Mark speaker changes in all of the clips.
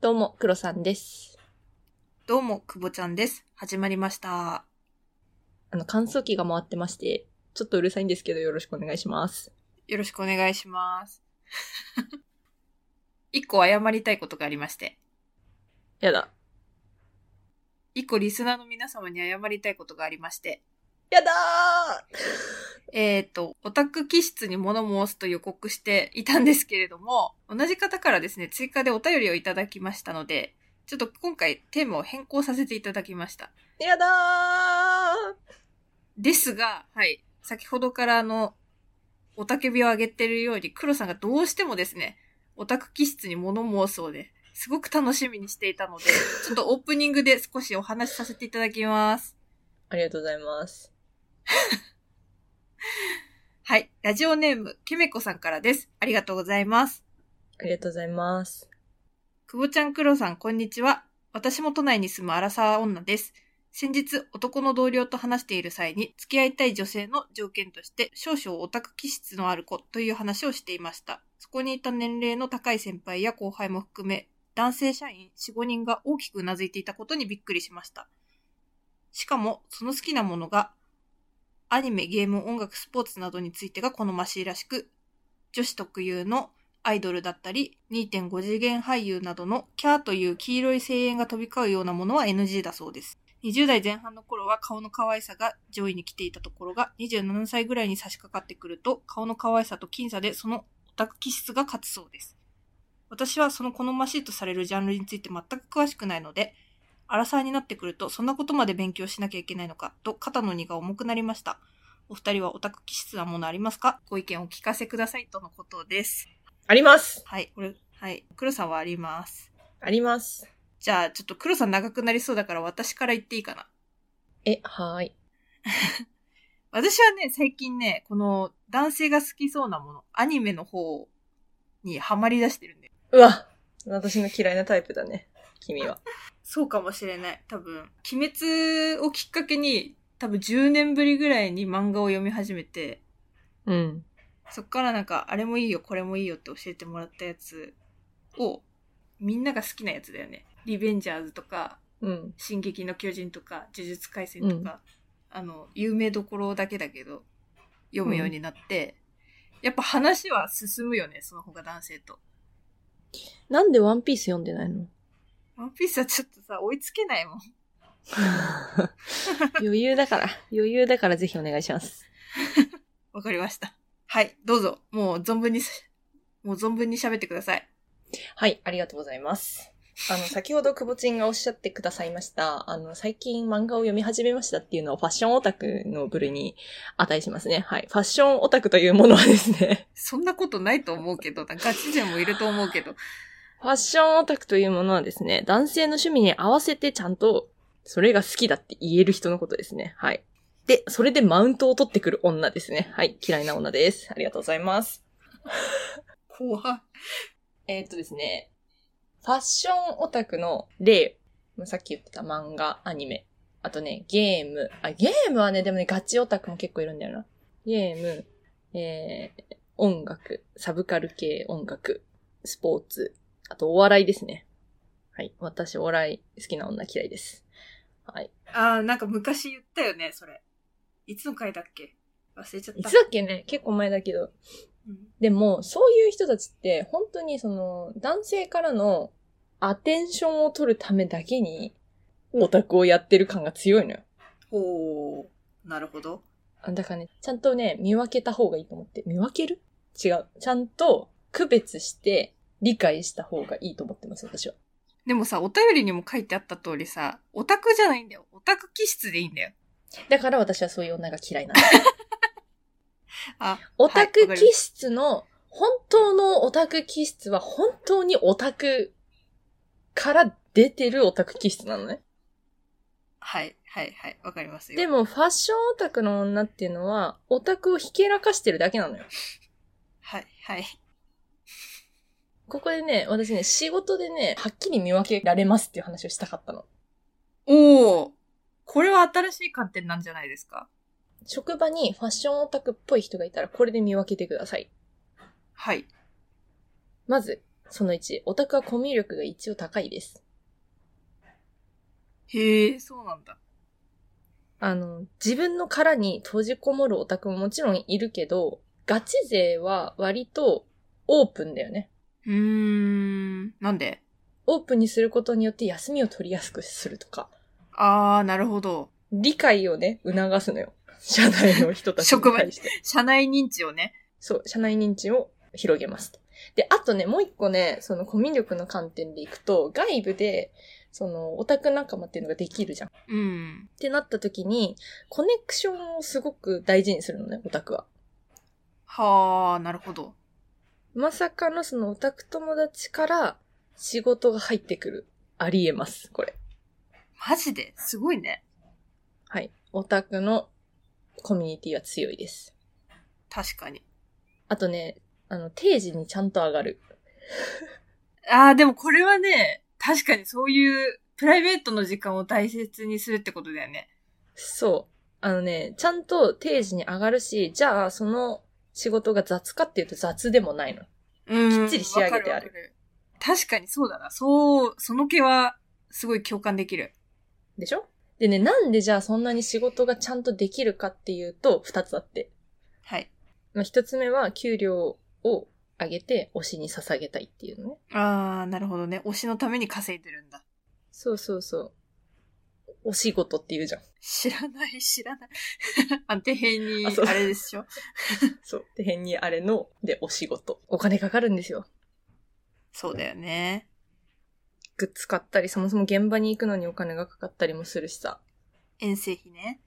Speaker 1: どうも、黒さんです。
Speaker 2: どうも、くぼちゃんです。始まりました。
Speaker 1: あの、乾燥機が回ってまして、ちょっとうるさいんですけど、よろしくお願いします。
Speaker 2: よろしくお願いします。 一個謝りたいことがありまして。
Speaker 1: やだ。
Speaker 2: 一個リスナーの皆様に謝りたいことがありまして。
Speaker 1: やだ
Speaker 2: えっ、と、オタク気質に物申すと予告していたんですけれども、同じ方からですね、追加でお便りをいただきましたので、ちょっと今回テーマを変更させていただきました。
Speaker 1: ーやだ
Speaker 2: ですが、はい。先ほどからあの、おたけびを上げてるように、黒さんがどうしてもですね、オタク気質に物申そうで、すごく楽しみにしていたので、ちょっとオープニングで少しお話しさせていただきます。
Speaker 1: ありがとうございます。
Speaker 2: はい。ラジオネーム、ケメコさんからです。ありがとうございます。
Speaker 1: ありがとうございます。
Speaker 2: くぼちゃんくろさん、こんにちは。私も都内に住むアラサー女です。先日、男の同僚と話している際に、付き合いたい女性の条件として、少々オタク気質のある子という話をしていました。そこにいた年齢の高い先輩や後輩も含め、男性社員4、5人が大きくうなずいていたことにびっくりしました。しかも、その好きなものが、アニメ、ゲーム、音楽、スポーツなどについてが好ましいらしく、女子特有のアイドルだったり、2.5次元俳優などのキャーという黄色い声援が飛び交うようなものは NG だそうです。20代前半の頃は顔の可愛さが上位に来ていたところが、27歳ぐらいに差し掛かってくると、顔の可愛さと僅差でそのオタク気質が勝つそうです。私はその好ましいとされるジャンルについて全く詳しくないので、アラサーになってくるとそんなことまで勉強しなきゃいけないのかと肩の荷が重くなりました。お二人はオタク気質なものありますかご意見お聞かせくださいとのことです。
Speaker 1: あります
Speaker 2: はい、これ、はい、黒さんはあります。
Speaker 1: あります。
Speaker 2: じゃあ、ちょっと黒さん長くなりそうだから私から言っていいかな。
Speaker 1: え、はーい。
Speaker 2: 私はね、最近ね、この男性が好きそうなもの、アニメの方にハマり出してるんで。
Speaker 1: うわ私の嫌いなタイプだね。君は。
Speaker 2: そうかもしれない。多分、鬼滅をきっかけに、多分10年ぶりぐらいに漫画を読み始めて、
Speaker 1: うん。
Speaker 2: そっからなんか、あれもいいよ、これもいいよって教えてもらったやつを、みんなが好きなやつだよね。リベンジャーズとか、
Speaker 1: うん。
Speaker 2: 進撃の巨人とか、呪術廻戦とか、あの、有名どころだけだけど、読むようになって、やっぱ話は進むよね、その方が男性と。
Speaker 1: なんでワンピース読んでない の
Speaker 2: ワンピースはちょっとさ、追いつけないもん。
Speaker 1: 余裕だから。余裕だからぜひお願いします。
Speaker 2: わかりました。はい、どうぞ。もう存分にし、もう存分に喋ってください。
Speaker 1: はい、ありがとうございます。あの、先ほどくぼちんがおっしゃってくださいました、あの、最近漫画を読み始めましたっていうのをファッションオタクの部類に値しますね。はい。ファッションオタクというものはですね、
Speaker 2: そんなことないと思うけど、ガチ勢もいると思うけど。
Speaker 1: ファッションオタクというものはですね、男性の趣味に合わせてちゃんと、それが好きだって言える人のことですね。はい。で、それでマウントを取ってくる女ですね。はい。嫌いな女です。ありがとうございます。
Speaker 2: 怖い。
Speaker 1: えーっとですね、ファッションオタクの例、さっき言ってた漫画、アニメ、あとね、ゲーム、あ、ゲームはね、でもね、ガチオタクも結構いるんだよな。ゲーム、えー、音楽、サブカル系音楽、スポーツ、あとお笑いですね。はい。私、お笑い好きな女嫌いです。はい。
Speaker 2: あー、なんか昔言ったよね、それ。いつの回だっけ忘れちゃっ
Speaker 1: い
Speaker 2: た
Speaker 1: つ。だっけね結構前だけど、
Speaker 2: うん
Speaker 1: でも、そういう人たちって、本当にその、男性からのアテンションを取るためだけに、オタクをやってる感が強いのよ。
Speaker 2: ほう、なるほど。
Speaker 1: あだからね、ちゃんとね、見分けた方がいいと思って。見分ける違う。ちゃんと区別して理解した方がいいと思ってます、私は。
Speaker 2: でもさ、お便りにも書いてあった通りさ、オタクじゃないんだよ。オタク気質でいいんだよ。
Speaker 1: だから私 はそういう女が嫌いなんです。
Speaker 2: あ、
Speaker 1: オタク
Speaker 2: わかりま
Speaker 1: 気質の、本当のオタク気質は本当にオタクから出てるオタク気質なのね。
Speaker 2: はい、はい、はい。わかりますよ。
Speaker 1: でも、ファッションオタクの女っていうのは、オタクをひけらかしてるだけなのよ。
Speaker 2: はい、はい。
Speaker 1: ここでね、私ね、仕事でね、はっきり見分けられますっていう話をしたかったの。
Speaker 2: おおこれは新しい観点なんじゃないですか
Speaker 1: 職場にファッションオタクっぽい人がいたら、これで見分けてください。
Speaker 2: はい。
Speaker 1: まず、その1、オタクはコミュ力が一応高いです。
Speaker 2: へえ、そうなんだ。
Speaker 1: あの、自分の殻に閉じこもるオタクももちろんいるけど、ガチ勢は割とオープンだよね。
Speaker 2: うーん。なんで
Speaker 1: オープンにすることによって休みを取りやすくするとか、
Speaker 2: あー、なるほど。
Speaker 1: 理解をね、促すのよ。 社内の人たちに
Speaker 2: 職場
Speaker 1: 対して。
Speaker 2: 社内認知をね。
Speaker 1: そう、社内認知を広げますと。で、あとね、もう一個ね、そのコミュ力の観点でいくと、外部で、その、オタク仲間っていうのができるじゃん。っ
Speaker 2: うん。
Speaker 1: てなった時に、コネクションをすごく大事にするのね、オタクは。
Speaker 2: はー、なるほど。
Speaker 1: まさかのそのオタク友達から仕事が入ってくる。ありえます、これ。
Speaker 2: マジですごいね。
Speaker 1: はい。オタクのコミュニティは強いです。
Speaker 2: 確かに。
Speaker 1: あとね、あの、定時にちゃんと上がる。
Speaker 2: あー、でもこれはね、確かにそういうプライベートの時間を大切にするってことだよね。
Speaker 1: そう。あのね、ちゃんと定時に上がるし、じゃあその仕事が雑かっていうと雑でもないの。
Speaker 2: う
Speaker 1: き
Speaker 2: ん
Speaker 1: っちり仕上げてある
Speaker 2: わかわか確かにそうだな。そう、その気は、すごい共感できる。
Speaker 1: でしょでね、なんでじゃあそんなに仕事がちゃんとできるかっていうと、二つあって。
Speaker 2: はい。
Speaker 1: まあ、一つ目は給料を上げて推しに捧げたいっていうのね。
Speaker 2: あー、なるほどね。推しのために稼いでるんだ。
Speaker 1: そうそうそう。お仕事って言うじゃん。
Speaker 2: 知らない、知らない。 あ、底辺に、
Speaker 1: あそう
Speaker 2: あれでしょ。
Speaker 1: そう。で、変にあれの、で、お仕事。お金かかるんですよ。
Speaker 2: そうだよね。
Speaker 1: グッズ買ったり、そもそも現場に行くのにお金がかかったりもするしさ。
Speaker 2: 遠征費ね。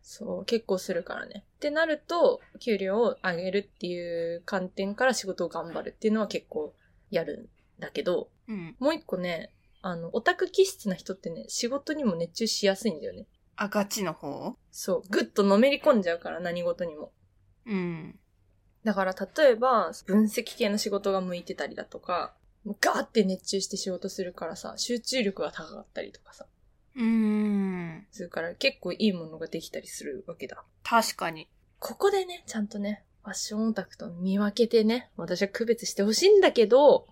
Speaker 1: そう、結構するからね。ってなると、給料を上げるっていう観点から仕事を頑張るっていうのは結構やるんだけど、
Speaker 2: うん。
Speaker 1: もう一個ね、あの、オタク気質な人ってね、仕事にも熱中しやすいんだよね。
Speaker 2: あ、ガチの方
Speaker 1: そう、ぐっとのめり込んじゃうから、何事にも。
Speaker 2: うん。
Speaker 1: だから例えば、分析系の仕事が向いてたりだとか、もうガーって熱中して仕事するからさ、集中力が高かったりとかさ、
Speaker 2: うーん。
Speaker 1: するから結構いいものができたりするわけだ。
Speaker 2: 確かに。
Speaker 1: ここでね、ちゃんとね、ファッションオタクと見分けてね、私は区別してほしいんだけど、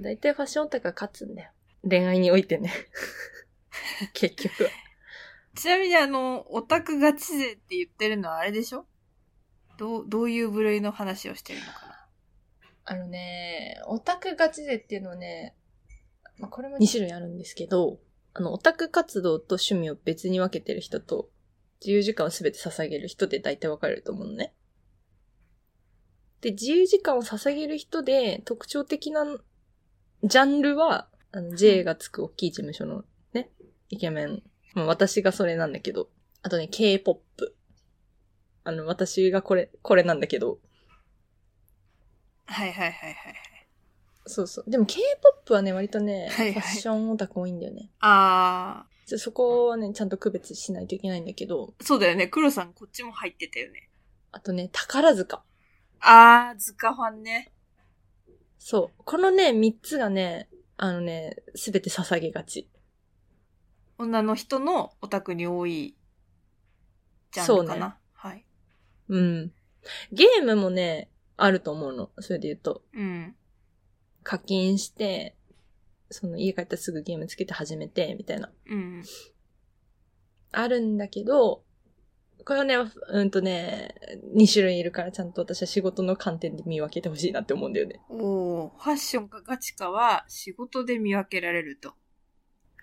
Speaker 1: だいたいファッションオタクが勝つんだよ。恋愛においてね。結局は。
Speaker 2: ちなみにあの、オタクガチ勢って言ってるのはあれでしょどう、どういう部類の話をしてるのかな
Speaker 1: あのね、オタクガチ勢っていうのはね、まあ、これも2種類あるんですけど、あの、オタク活動と趣味を別に分けてる人と、自由時間を全て捧げる人で大体分かれると思うのね。で、自由時間を捧げる人で特徴的なジャンルは、あの、J がつく大きい事務所のね、イケメン。まあ、私がそれなんだけど。あとね、K-POP。あの、私がこれ、これなんだけど。
Speaker 2: はいはいはいはい。
Speaker 1: そうそう。でも K-POP はね、割とね、
Speaker 2: はいはい
Speaker 1: ファッションオタク多いんだよね。
Speaker 2: あ
Speaker 1: じゃそこはね、ちゃんと区別しないといけないんだけど、
Speaker 2: ー、そうだよね。黒さんこっちも入ってたよね。
Speaker 1: あとね、宝塚。
Speaker 2: あー、ズカファンね。
Speaker 1: そう。このね、三つがね、あのね、すべて捧げがち。
Speaker 2: 女の人のオタクに多いジャンルかな。はい。
Speaker 1: うん。ゲームもね、あると思うの。それで言うと。
Speaker 2: うん。
Speaker 1: 課金して、その家帰ったらすぐゲームつけて始めて、みたいな。
Speaker 2: うん。
Speaker 1: あるんだけど、これはね、うんとね、2種類いるからちゃんと私は仕事の観点で見分けてほしいなって思うんだよね。
Speaker 2: おー、ファッションかガチかは仕事で見分けられると。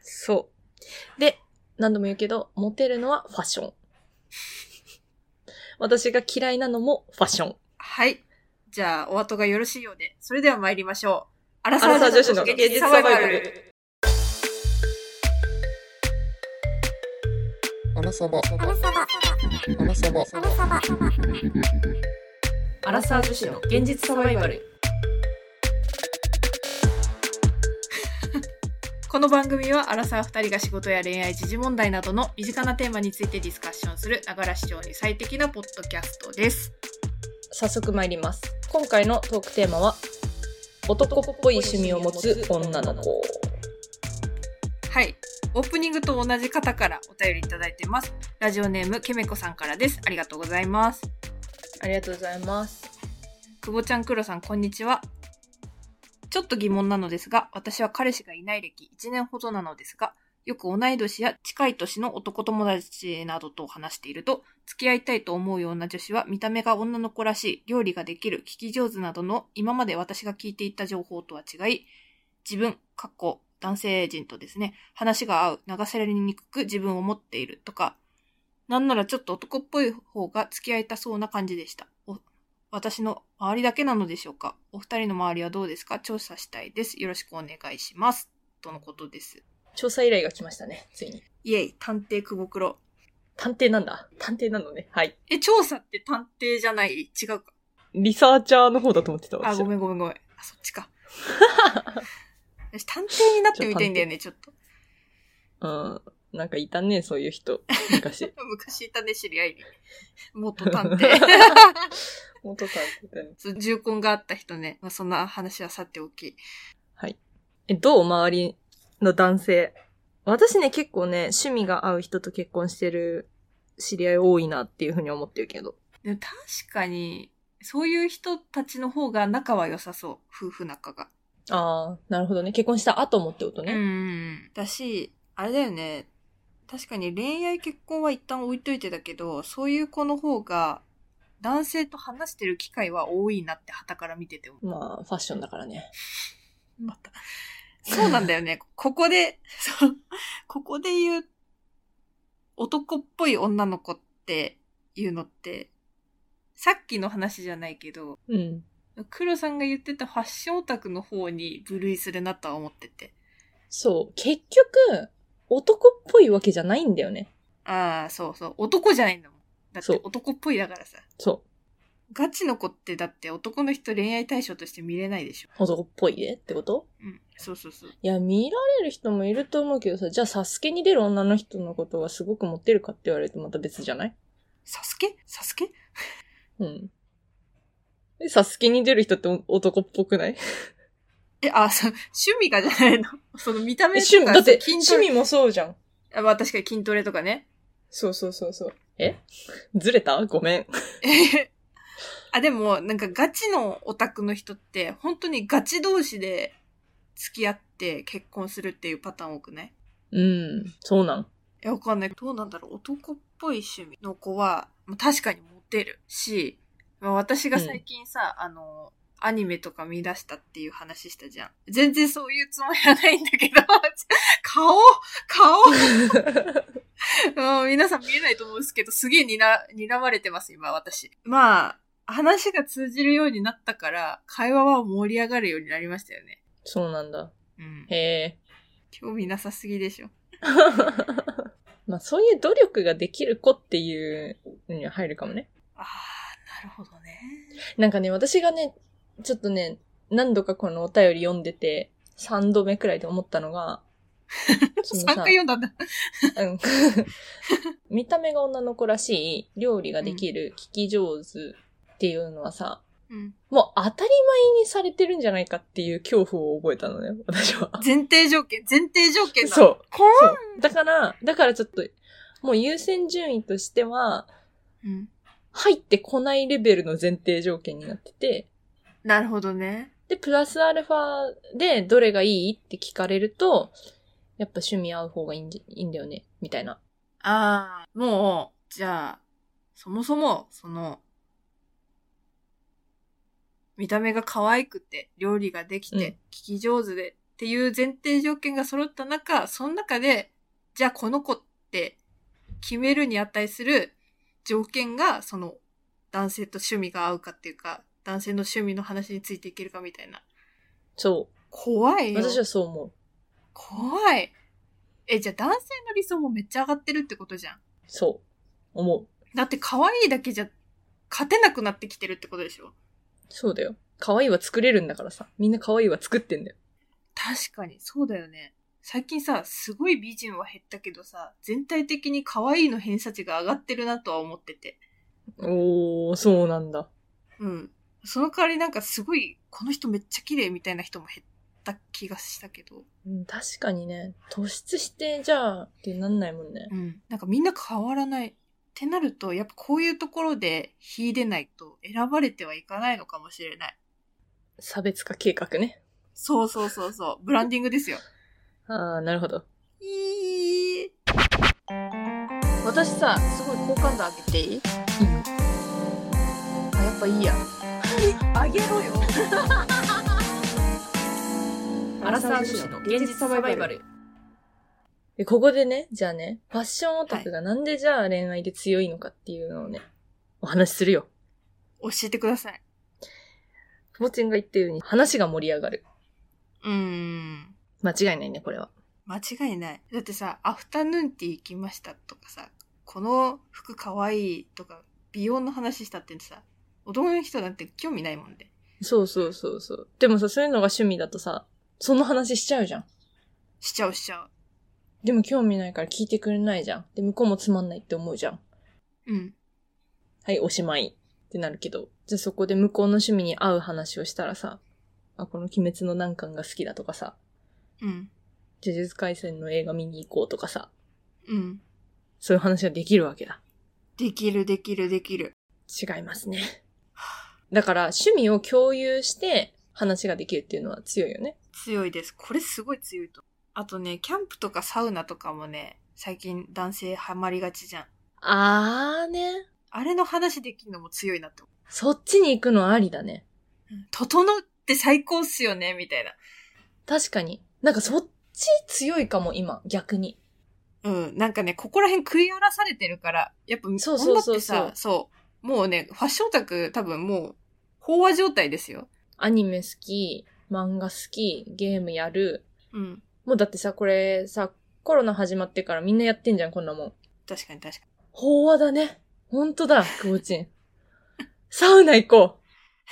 Speaker 1: そう。で、何度も言うけど、モテるのはファッション。 私が嫌いなのもファッション。
Speaker 2: はい。じゃあ、お後がよろしいようで。それでは参りましょう。アラ
Speaker 1: アラサー女子の現実サバイバル。。
Speaker 3: アラサバ。アラサバ。アラサバ。
Speaker 1: アラサー女子の現実サバイバル。
Speaker 2: この番組は、アラサー二人が仕事や恋愛、時事問題などの身近なテーマについてディスカッションする、ながら視聴に最適なポッドキャストです。
Speaker 1: 早速参ります。今回のトークテーマは、男っぽい趣味を持つ女の子。
Speaker 2: はい。オープニングと同じ方からお便りいただいてます。ラジオネーム、ケメコさんからです。ありがとうございます。
Speaker 1: ありがとうございます。
Speaker 2: 久保ちゃん、クロさん、こんにちは。ちょっと疑問なのですが、私は彼氏がいない歴1年ほどなのですが、よく同い年や近い年の男友達などと話していると、付き合いたいと思うような女子は見た目が女の子らしい、料理ができる、聞き上手などの今まで私が聞いていた情報とは違い、自分、過去、男性人とですね、話が合う、流されにくく自分を持っているとか、なんならちょっと男っぽい方が付き合いたそうな感じでした。お私の周りだけなのでしょうかお二人の周りはどうですか調査したいです。よろしくお願いします。とのことです。
Speaker 1: 調査依頼が来ましたね、ついに。
Speaker 2: イエイ、探偵久保黒。
Speaker 1: 探偵なんだ。探偵なのね。はい。
Speaker 2: え、調査って探偵じゃない違うか。
Speaker 1: リサーチャーの方だと思ってた
Speaker 2: あ、
Speaker 1: 私
Speaker 2: ご
Speaker 1: は
Speaker 2: めんごめんごめん。あ、そっち か。私探偵になってみたいんだよね、ちょっと。
Speaker 1: うん。なんかいたね、そういう人。昔。
Speaker 2: 昔いたね、知り合いに。元探 偵。
Speaker 1: 元探偵だね。
Speaker 2: そう重婚があった人ね。まあ、そんな話はさておき。
Speaker 1: え、どう周りの男性。私ね、結構ね、趣味が合う人と結婚してる知り合い多いなっていうふうに思ってるけど。
Speaker 2: でも確かに、そういう人たちの方が仲は良さそう。夫婦仲が。
Speaker 1: ああ、なるほどね。結婚した後もってこと
Speaker 2: う。ん。だし、あれだよね。確かに恋愛結婚は一旦置いといてだけど、そういう子の方が、男性と話してる機会は多いなって旗から見てて思う。
Speaker 1: まあ、ファッションだからね。
Speaker 2: また。そうなんだよ ね。ここで、そう、ここで言う、男っぽい女の子っていうのって、さっきの話じゃないけど、
Speaker 1: うん。
Speaker 2: 黒さんが言ってたファッションオタクの方に分類するなとは思ってて。
Speaker 1: そう。結局、男っぽいわけじゃないんだよね。
Speaker 2: ああ、そうそう。男じゃないんだもん。だっ
Speaker 1: そう
Speaker 2: て男っぽいだからさ。
Speaker 1: そ
Speaker 2: ガチの子ってだって男の人恋愛対象として見れないでしょ。
Speaker 1: う。男っぽいでってこと
Speaker 2: うん。そうそうそう。
Speaker 1: いや、見られる人もいると思うけどさ、じゃあ、サスケに出る女の人のことがすごくモテるかって言われるとまた別じゃない
Speaker 2: サスケサスケ
Speaker 1: うん。え、サスケに出る人ってお男っぽくない
Speaker 2: え、あ、そう、趣味がじゃないの。 その見た目
Speaker 1: え
Speaker 2: とか
Speaker 1: 趣味、だって、
Speaker 2: そう筋
Speaker 1: 趣
Speaker 2: トレ。
Speaker 1: 味もそうじゃん。
Speaker 2: あまあ確かに筋トレとかね。
Speaker 1: そうそうそうそう。えずれたごめん。
Speaker 2: あ、でも、なんかガチのオタクの人って、本当にガチ同士で付き合って結婚するっていうパターン多くない
Speaker 1: うん。そうなん。
Speaker 2: え、わかんない。どうなんだろう。男っぽい趣味の子は、まあ確かにモテるし、まあ、私が最近さ、あの、アニメとか見出したっていう話したじゃん。全然そういうつもりはないんだけど、 顔顔うん皆さん見えないと思うんですけど、すげえにら、睨まれてます、今私。まあ、話が通じるようになったから、会話は盛り上がるようになりましたよね。
Speaker 1: そうなんだ。
Speaker 2: うん。
Speaker 1: へえ。
Speaker 2: 興味なさすぎでしょ。
Speaker 1: まあ、そういう努力ができる子っていうのには入るかもね。
Speaker 2: ああ、なるほどね。
Speaker 1: なんかね、私がね、ちょっとね、何度かこのお便り読んでて、3度目くらいで思ったのが、 その
Speaker 2: 3
Speaker 1: さ
Speaker 2: 回読んだんだ。
Speaker 1: うん 見た目が女の子らしい、料理ができる、聞き上手っていうのはさ、
Speaker 2: うん。
Speaker 1: もう当たり前にされてるんじゃないかっていう恐怖を覚えたのね、私は。
Speaker 2: 前提条件、前提条件なの。
Speaker 1: そう。
Speaker 2: こん
Speaker 1: そう。だから、だからちょっと、もう優先順位としては、
Speaker 2: うん。
Speaker 1: 入ってこないレベルの前提条件になってて、
Speaker 2: なるほどね。
Speaker 1: で、プラスアルファでどれがいいって聞かれると、やっぱ趣味合う方がいいんじいいんだよね、みたいな。
Speaker 2: ああ、もう、じゃあ、そもそも、その、見た目が可愛くて、料理ができて、
Speaker 1: うん
Speaker 2: 聞き上手でっていう前提条件が揃った中、その中で、じゃあこの子って決めるに値する条件が、その、男性と趣味が合うかっていうか、男性の趣味の話についていけるかみたいな。
Speaker 1: そ。
Speaker 2: 怖いうよ。
Speaker 1: 私はそう思う。
Speaker 2: 怖い。え、じゃあ男性の理想もめっちゃ上がってるってことじゃん。
Speaker 1: そう。思う。
Speaker 2: だって可愛いだけじゃ勝てなくなってきてるってことでしょ
Speaker 1: そうだよ。可愛いは作れるんだからさ。みんな可愛いは作ってんだよ。
Speaker 2: 確かに、そうだよね。最近さ、すごい美人は減ったけどさ、全体的に可愛いの偏差値が上がってるなとは思ってて。
Speaker 1: おー、そうなんだ。
Speaker 2: うん。その代わりなんかすごい、この人めっちゃ綺麗みたいな人も減った気がしたけど。
Speaker 1: うん確かにね、突出して、じゃあ、ってなんないもんね。
Speaker 2: うん。なんかみんな変わらない。ってなると、やっぱこういうところで秀でないと選ばれてはいかないのかもしれない。
Speaker 1: 差別化計画ね。
Speaker 2: そうそうそうそう。ブランディングですよ。
Speaker 1: ああ、なるほど。
Speaker 2: いい。私さ、すごい好感度上げていいあ、やっぱいいや。 あげろよ。アラサー女子の現実サバイバル。
Speaker 1: で、ここでね、じゃあね、ファッションオタクがなんでじゃあ恋愛で強いのかっていうのをね、お話しするよ。
Speaker 2: 教えてください。
Speaker 1: ともちんが言ってるように話が盛り上がる。
Speaker 2: うーん。
Speaker 1: 間違いないね、これは。
Speaker 2: 間違いない。だってさ、アフタヌーンティー行きましたとかさ、この服かわいいとか、美容の話したってさ、男の人なんて興味ないもんで。
Speaker 1: そうそうそうそう。でもさ、そういうのが趣味だとさ、その話しちゃうじゃん。
Speaker 2: しちゃうしちゃ
Speaker 1: でも興味ないから聞いてくれないじゃん。で、向こうもつまんないって思うじゃん。
Speaker 2: う。うん。
Speaker 1: はい、おしまいってなるけど。じゃあそこで向こうの趣味に合う話をしたらさ、あ、この鬼滅の難関が好きだとかさ、
Speaker 2: うん。
Speaker 1: 呪術廻戦の映画見に行こうとかさ、
Speaker 2: うん。
Speaker 1: そういう話ができるわけだ。
Speaker 2: できるできるできる。
Speaker 1: 違いますね。だから趣味を共有して話ができるっていうのは強いよね。
Speaker 2: 強いです。これすごい強いと。あとね、キャンプとかサウナとかもね、最近男性ハマりがちじゃん。
Speaker 1: あーね。
Speaker 2: あれの話できるのも強いなって思
Speaker 1: そっちに行くのありだね。
Speaker 2: う。うん整って最高っすよね、みたいな。
Speaker 1: 確かに。なんかそっち強いかも、今、逆に。
Speaker 2: うん。なんかね、ここら辺食い荒らされてるから、やっぱ、
Speaker 1: そうそうそうそう
Speaker 2: 女ってさ、そう。もうね、ファッションオタク多分もう、飽和状態ですよ。
Speaker 1: アニメ好き、漫画好き、ゲームやる。
Speaker 2: うん。
Speaker 1: もうだってさ、これさ、コロナ始まってからみんなやってんじゃん、こんなもん。
Speaker 2: 確かに 確か
Speaker 1: 飽和だね。ほんと だ、クボチン。サウナ行こ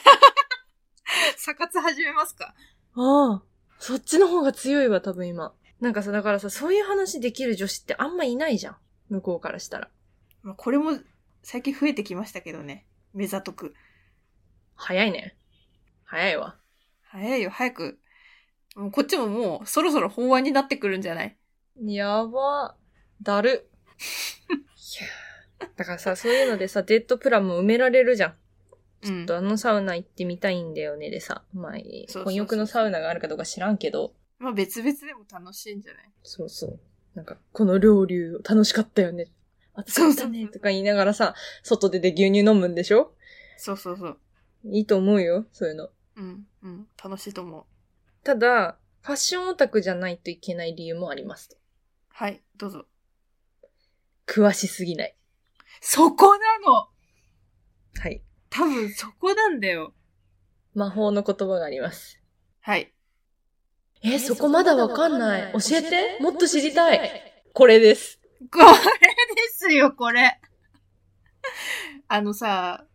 Speaker 2: に。サ活始めますか
Speaker 1: う。ああ。そっちの方が強いわ、多分今。なんかさ、だからさ、そういう話できる女子ってあんまいないじゃん。向こうからしたら。
Speaker 2: まあこれも、最近増えてきましたけどね。目ざとく。
Speaker 1: 早いね。早いわ。
Speaker 2: 早いよ、早く。もうこっちももう、そろそろ飽和になってくるんじゃない
Speaker 1: やば。だ る。いやーだからさ、そういうのでさ、デートプランも埋められるじゃん。
Speaker 2: う
Speaker 1: ちょ
Speaker 2: ん
Speaker 1: っと。あのサウナ行ってみたいんだよねでさ、まあ、
Speaker 2: そうそう
Speaker 1: 混浴のサウナがあるかどうか知らんけど、
Speaker 2: まあ別々でも楽しいんじゃない
Speaker 1: そうそう。なんか、この料理楽しかったよね。暑かったね。とか言いながらさ、外でで牛乳飲むんでしょ
Speaker 2: そうそうそう。
Speaker 1: いいと思うよ、そういうの。
Speaker 2: うん。うん。楽しいと思う。
Speaker 1: ただ、ファッションオタクじゃないといけない理由もあります。
Speaker 2: はい、どうぞ。
Speaker 1: 詳しすぎない。
Speaker 2: そこなの
Speaker 1: はい。
Speaker 2: 多分そこなんだよ。
Speaker 1: 魔法の言葉があります。
Speaker 2: はい。
Speaker 1: え、そこまだわかんない。教えてもっと知りた
Speaker 4: もっと知
Speaker 1: い。これです。
Speaker 2: これですよ、これ。 あのさ、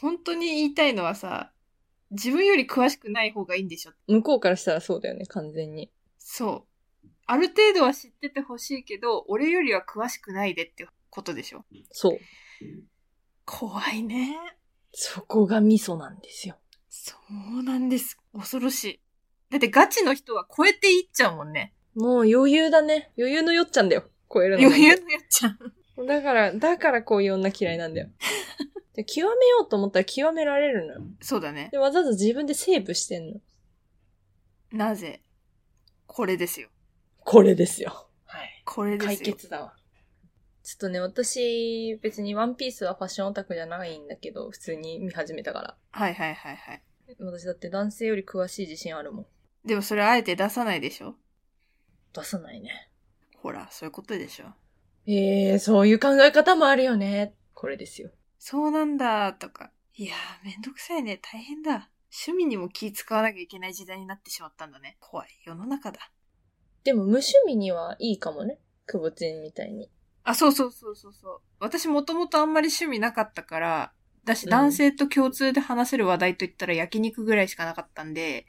Speaker 2: 本当に言いたいのはさ、自分より詳しくない方がいいんでしょ。
Speaker 1: 向こうからしたらそうだよね、完全に。
Speaker 2: そう。ある程度は知っててほしいけど、俺よりは詳しくないでってことでしょ。
Speaker 1: そう。
Speaker 2: 怖いね。
Speaker 1: そこがミソなんですよ。
Speaker 2: そうなんです。恐ろしい。だってガチの人は超えていっちゃうもんね。
Speaker 1: もう余裕だね。余裕のよっちゃんだよ。超えるの。
Speaker 2: 余裕のやっちゃう。
Speaker 1: だから、だからこういう女嫌いなんだ よ。で極めようと思ったら極められるのよ。
Speaker 2: そうだね。
Speaker 1: で、わざわざ自分でセーブしてんの。
Speaker 2: なぜこれですよ。
Speaker 1: これですよ。はい。
Speaker 2: これですよ。
Speaker 1: 解決だわ。ちょっとね、私、別にワンピースはファッションオタクじゃないんだけど、普通に見始めたから。
Speaker 2: はいはいはいはい。
Speaker 1: 私だって男性より詳しい自信あるもん。
Speaker 2: でもそれあえて出さないでしょ
Speaker 1: 出さないね。
Speaker 2: ほら、そういうことでしょ。
Speaker 1: ええー、そういう考え方もあるよね。これですよ。
Speaker 2: そうなんだ、とか。いやー、めんどくさいね。大変だ。趣味にも気使わなきゃいけない時代になってしまったんだね。怖い世の中だ。
Speaker 1: でも無趣味にはいいかもね。くぼちんみたいに。
Speaker 2: あ、そうそうそうそうそう。私もともとあんまり趣味なかったから、だし
Speaker 1: うん
Speaker 2: 男性と共通で話せる話題といったら焼肉ぐらいしかなかった んで、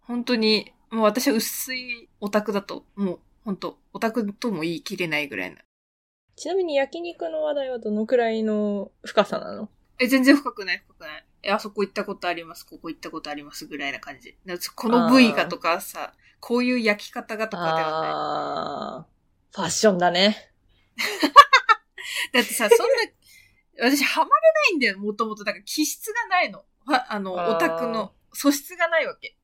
Speaker 2: 本当に、もう私は薄いオタクだと、もう本当、オタクとも言い切れないぐらいな。
Speaker 1: ちなみに焼肉の話題はどのくらいの深さなの
Speaker 2: え、全然深くない、深くない。え、あそこ行ったことあります、ここ行ったことあります、ぐらいな感じ。なこの部位がとかさ、こういう焼き方がとかではな
Speaker 1: あー、ファッションだね。
Speaker 2: い。だってさ、そんな、 私、ハマれないんだよ、もともと。だから、気質がないの。はあの、
Speaker 1: あー
Speaker 2: オタクの素質がないわけ。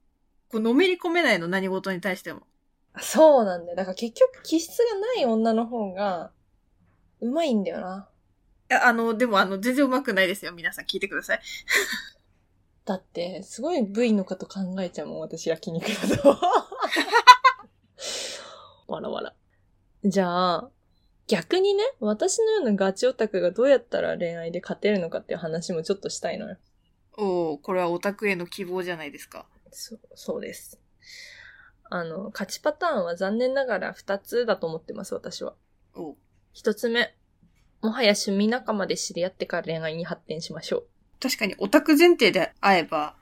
Speaker 2: こう、のめり込めないの、何事に対しても。
Speaker 1: あそうなんだよ。だから結局気質がない女の方が、うまいんだよな。
Speaker 2: いや、あの、でも、あの、全然うまくないですよ。皆さん聞いてください。
Speaker 1: だって、すごい部位のこと考えちゃうもん、私焼肉だ と。わらわら。じゃあ、逆にね、私のようなガチオタクがどうやったら恋愛で勝てるのかっていう話もちょっとしたいのよ。
Speaker 2: おおこれはオタクへの希望じゃないですか。
Speaker 1: そう、そうです。あの、勝ちパターンは残念ながら2つだと思ってます、私は。
Speaker 2: おう
Speaker 1: 1つ目、もはや趣味仲間で知り合ってから恋愛に発展しましょう。
Speaker 2: 確かに、オタク前提で会えば、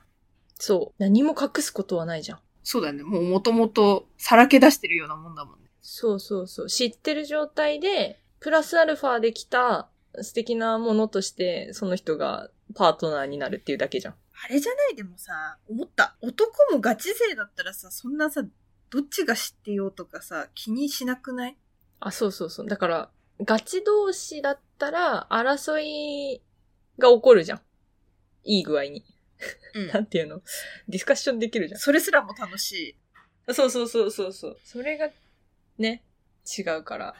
Speaker 1: そう。何も隠すことはないじゃん。
Speaker 2: そうだよね。もう、もともと、さらけ出してるようなもんだもんね。
Speaker 1: そうそうそう。知ってる状態で、プラスアルファできた素敵なものとして、その人がパートナーになるっていうだけじゃん。
Speaker 2: あれじゃないでもさ、思った。男もガチ勢だったらさ、そんなさ、どっちが知ってようとかさ、気にしなくない
Speaker 1: あ、そうそうそう。だから、ガチ同士だったら、争いが起こるじゃん。いい具合に。
Speaker 2: うん
Speaker 1: なんていうのディスカッションできるじゃ
Speaker 2: それすらも楽しい。
Speaker 1: ん。そうそうそうそうそう。それが、ね、違うから。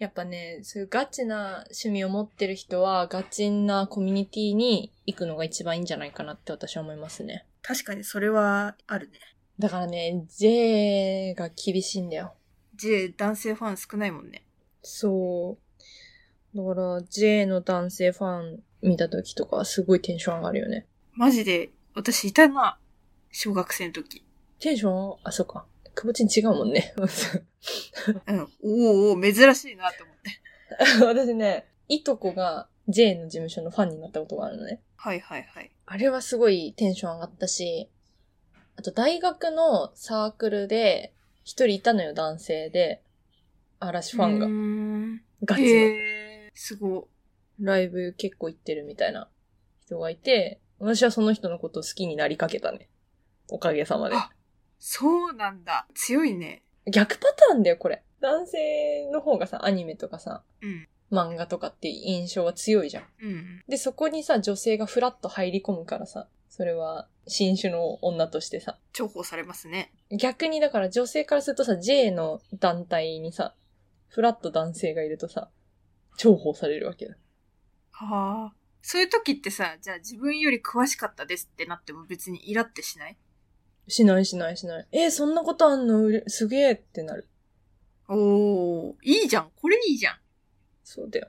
Speaker 1: やっぱね、そういうガチな趣味を持ってる人は、ガチなコミュニティに行くのが一番いいんじゃないかなって私は思いますね。
Speaker 2: 確かにそれはあるね。
Speaker 1: だからね、J が厳しいんだよ。
Speaker 2: J、男性ファン少ないもんね。
Speaker 1: そう。だから、J の男性ファン見た時とかはすごいテンション上がるよね。
Speaker 2: マジで、私いたな。小学生の時。
Speaker 1: テンションあ、そうか。くぼちん違うもんね。
Speaker 2: うん。おーおー珍しいなって思って。
Speaker 1: 私ね、いとこが J の事務所のファンになったことがあるのね。
Speaker 2: はいはいはい。
Speaker 1: あれはすごいテンション上がったし、あと大学のサークルで一人いたのよ、男性で。嵐ファン
Speaker 2: うー
Speaker 1: が。
Speaker 2: ん。
Speaker 1: ガチの。
Speaker 2: へーすご
Speaker 1: ライブ結構行ってるみたいな人がいて、私はその人のことを好きになりかけたね。おかげさまで。
Speaker 2: あそうなんだ。強いね。
Speaker 1: 逆パターンだよ、これ。男性の方がさ、アニメとかさ、
Speaker 2: うん
Speaker 1: 漫画とかって印象は強いじゃん。
Speaker 2: うん。
Speaker 1: で、そこにさ、女性がフラッと入り込むからさ、それは新種の女としてさ。
Speaker 2: 重宝されますね。
Speaker 1: 逆にだから女性からするとさ、J の団体にさ、フラッと男性がいるとさ、重宝されるわけだ。
Speaker 2: はあ。そういう時ってさ、じゃあ自分より詳しかったですってなっても別にイラってしない
Speaker 1: しないしないしない。えーそんなことあんのうれすげえってなる。
Speaker 2: おー、いいじゃん。これいいじゃん。
Speaker 1: そうだよ。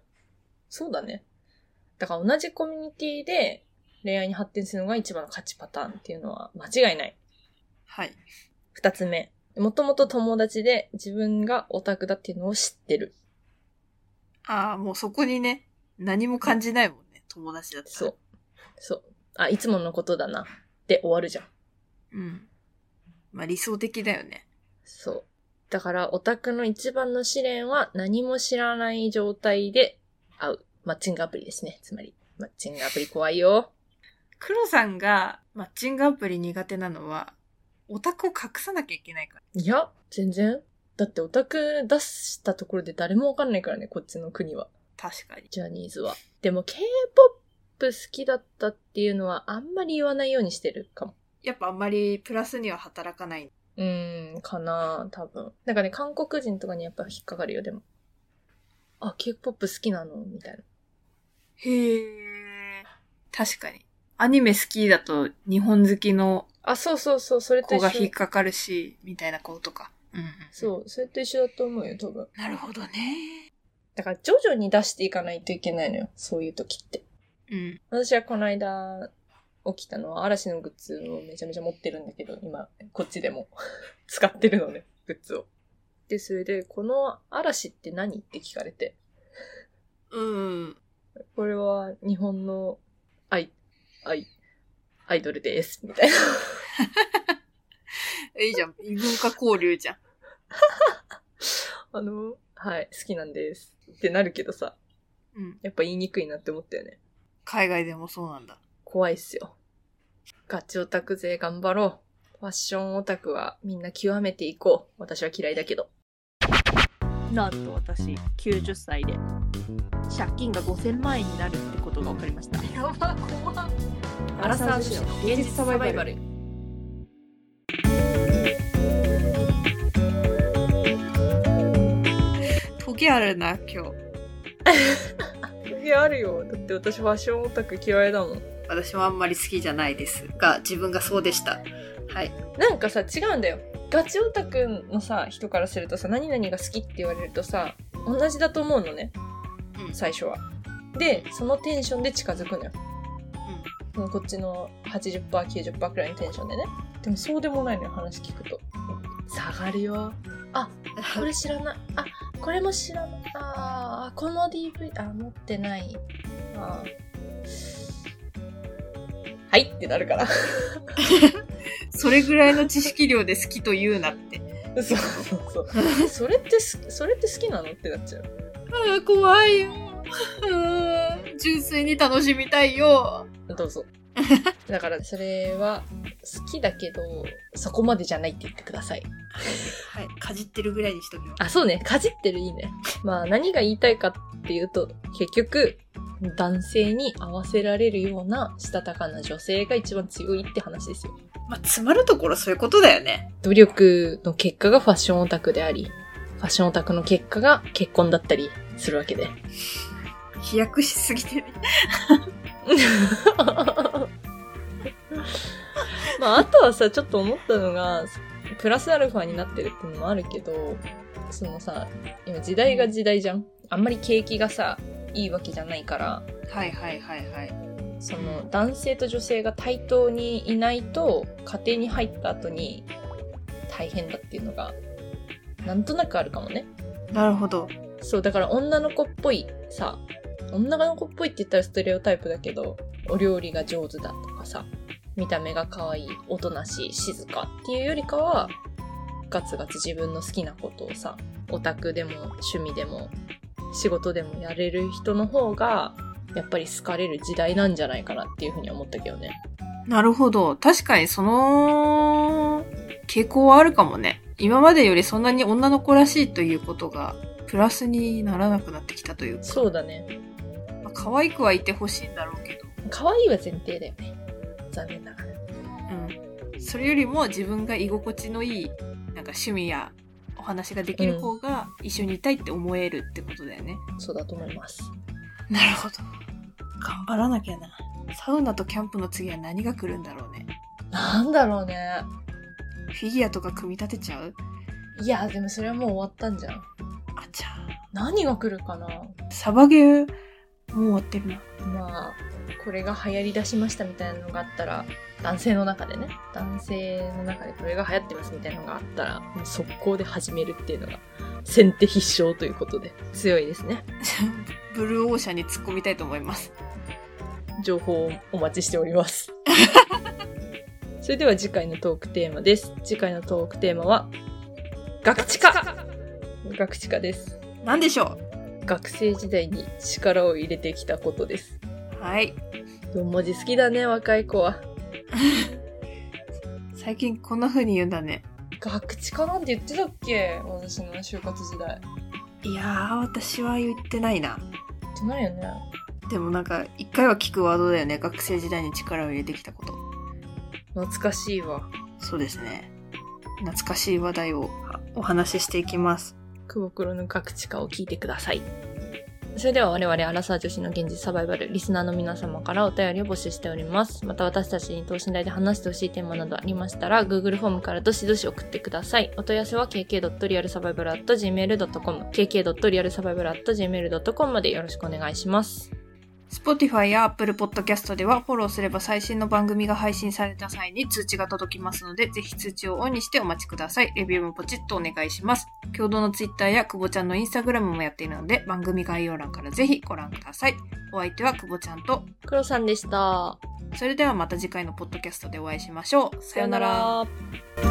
Speaker 1: そうだね。だから同じコミュニティで恋愛に発展するのが一番の勝ちパターンっていうのは間違いない。
Speaker 2: はい。
Speaker 1: 二つ目。もともと友達で自分がオタクだっていうのを知ってる。
Speaker 2: ああ、もうそこにね、何も感じないもんね。友達だったら。
Speaker 1: そう。そう。あ、いつものことだな。で終わるじゃん。
Speaker 2: うん。まあ理想的だよね。
Speaker 1: そう。だからオタクの一番の試練は何も知らない状態で会う。マッチングアプリですね。つまり。マッチングアプリ怖いよ。
Speaker 2: 黒さんがマッチングアプリ苦手なのは、オタクを隠さなきゃいけないから。
Speaker 1: いや、全然。だってオタク出したところで誰もわかんないからね、こっちの国は。
Speaker 2: 確かに。
Speaker 1: ジャニーズは。でも K-POP 好きだったっていうのはあんまり言わないようにしてるかも。
Speaker 2: やっぱあんまりプラスには働かない。
Speaker 1: うーん、かな多分。なんかね、韓国人とかにやっぱ引っかかるよ、でも。あ、K-POP 好きなのみたいな。
Speaker 2: へえ。確かに。アニメ好きだと日本好きの
Speaker 1: あ、そうそうそう、それと
Speaker 2: 子
Speaker 1: 一
Speaker 2: が引っ
Speaker 1: 緒。
Speaker 2: かかるし、みたいなことか。うんうん。
Speaker 1: そう、それと一緒だと思うよ、多分。
Speaker 2: う。なるほどね。
Speaker 1: だから徐々に出していかないといけないのよ、そういう時って。
Speaker 2: うん。
Speaker 1: 私はこの間起きたのは嵐のグッズをめちゃめちゃ持ってるんだけど、今、こっちでも 使ってるのね、グッズを。で、それで、この嵐って何って聞かれて、
Speaker 2: うん。
Speaker 1: これは日本のアイ、アイ、アイドルです、みたいな。
Speaker 2: いいじゃん。異文化交流じゃん。
Speaker 1: あの、はい、好きなんです。ってなるけどさ、
Speaker 2: うん。
Speaker 1: やっぱ言いにくいなって思ったよね。
Speaker 2: 海外でもそうなんだ。
Speaker 1: 怖いっすよ。ガチオタク勢頑張ろう。ファッションオタクはみんな極めていこう。私は嫌いだけど。
Speaker 4: なんと私90歳で借金が5000万円になるってことが分かりました
Speaker 1: やば、怖
Speaker 4: アラサー女子の現実サバイバル
Speaker 1: ル。
Speaker 2: けあるな、今日。
Speaker 1: いやあるよ。だって私ファッションオタク嫌いだもん。
Speaker 2: 私もあんまり好きじゃないですが、自分がそうでした。はい。
Speaker 1: なんかさ、違うんだよ。ガチオタクのさ、人からするとさ、何々が好きって言われるとさ、同じだと思うのね。
Speaker 2: うん
Speaker 1: 最初は。で、そのテンションで近づくのよ。
Speaker 2: う
Speaker 1: そのこっちの80%、90%くらいのテンションでね。でもそうでもないのよ、話聞くと。下がるよ。これ知らない。あ、これも知らない。あー、この DV、あ、持ってない。あーはいってなるから。
Speaker 2: ん。 それぐらいの知識量で好きと言うなって。
Speaker 1: そうそうそう。それってす、それって好きなのってなっちゃう。
Speaker 2: ああ、怖いよ。純粋に楽しみたいよ。
Speaker 1: どう ぞ。だから、それは好きだけど、そこまでじゃないって言ってください。
Speaker 2: はい。かじってるぐらいにしとくよ。
Speaker 1: あ、そうね。かじってるいいね。まあ、何が言いたいかっていうと、結局、男性に合わせられるような、したたかな女性が一番強いって話ですよ。
Speaker 2: まあ、詰まるところそういうことだよね。
Speaker 1: 努力の結果がファッションオタクであり、ファッションオタクの結果が結婚だったりするわけで。
Speaker 2: 飛躍しすぎてね。
Speaker 1: まあ、あとはさ、ちょっと思ったのが、プラスアルファになってるっていうのもあるけど、そのさ、今時代が時代じゃんあんまり景気がさ、いいわけじゃないから、
Speaker 2: はいはいはいはい。
Speaker 1: その男性と女性が対等にいないと、家庭に入った後に大変だっていうのが、なんとなくあるかもね。
Speaker 2: なるほど。
Speaker 1: そう、だから女の子っぽいさ、女の子っぽいって言ったらストレオタイプだけど、お料理が上手だとかさ、見た目が可愛い、おとなしい、静かっていうよりかは、ガツガツ自分の好きなことをさ、オタクでも趣味でも仕事でもやれる人の方が、やっぱり好かれる時代なんじゃないかなっていうふうに思ったけどね。
Speaker 2: なるほど。確かにその傾向はあるかもね。今までよりそんなに女の子らしいということがプラスにならなくなってきたというか、
Speaker 1: そうだね。
Speaker 2: まあ可愛くはいてほしいんだろうけど、
Speaker 1: 可愛いは前提だよね。残念ながら。
Speaker 2: うん。それよりも自分が居心地のいいなんか趣味やお話ができる方が一緒にいたいって思えるってことだよね。
Speaker 1: そうだと思います。
Speaker 2: なるほど。頑張らなきゃな。サウナとキャンプの次は何が来るんだろうね。
Speaker 1: なんだろうね。
Speaker 2: フィギュアとか組み立てちゃう
Speaker 1: いや、でもそれはもう終わったんじゃん。
Speaker 2: あちゃ
Speaker 1: 何が来るかな
Speaker 2: ー。サバゲー、もう終わってるな。
Speaker 1: まあこれが流行りだしましたみたいなのがあったら男性の中でね男性の中でこれが流行ってますみたいなのがあったらもう速攻で始めるっていうのが先手必勝ということで強いですね
Speaker 2: ブルーオーシャンに突っ込みたいと思います。
Speaker 1: 情報をお待ちしておりますそれでは次回のトークテーマです次回のトークテーマは学知化学知化です
Speaker 2: なんでしょ
Speaker 1: 学生時代に力を入れてきたことです
Speaker 2: うはい。
Speaker 1: 4文字好きだね若い子は
Speaker 2: 最近こんな風に言うんだね。
Speaker 1: 学知かなんて言ってたっけ私の就活時代。
Speaker 2: いやー、私は言ってないな。
Speaker 1: 言ってないよね。
Speaker 2: でもなんか、一回は聞くワードだよね。学生時代に力を入れてきたこと。
Speaker 1: 懐かしいわ。
Speaker 2: そうですね。懐かしい話題をお話ししていきます。
Speaker 1: 久保黒の学知化を聞いてください。それでは我々アラサー女子の現実サバイバル、リスナーの皆様からお便りを募集しております。また私たちに等身大で話してほしいテーマなどありましたら、Google フォームからどしどし送ってください。お問い合わせは kk.realsurvival.gmail.com、kk.realsurvival.gmail.com までよろしくお願いします。
Speaker 2: Spotify や Apple Podcast ではフォローすれば最新の番組が配信された際に通知が届きますので、ぜひ通知をオンにしてお待ちください。レビューもポチッとお願いします。共同の Twitter や久保ちゃんの Instagram もやっているので、番組概要欄からぜひご覧ください。お相手は久保ちゃんと、
Speaker 1: 黒さんでした。
Speaker 2: それではまた次回のポッドキャストでお会いしましょう。さ
Speaker 1: さよ
Speaker 2: よ
Speaker 1: な
Speaker 2: なら。
Speaker 1: ら。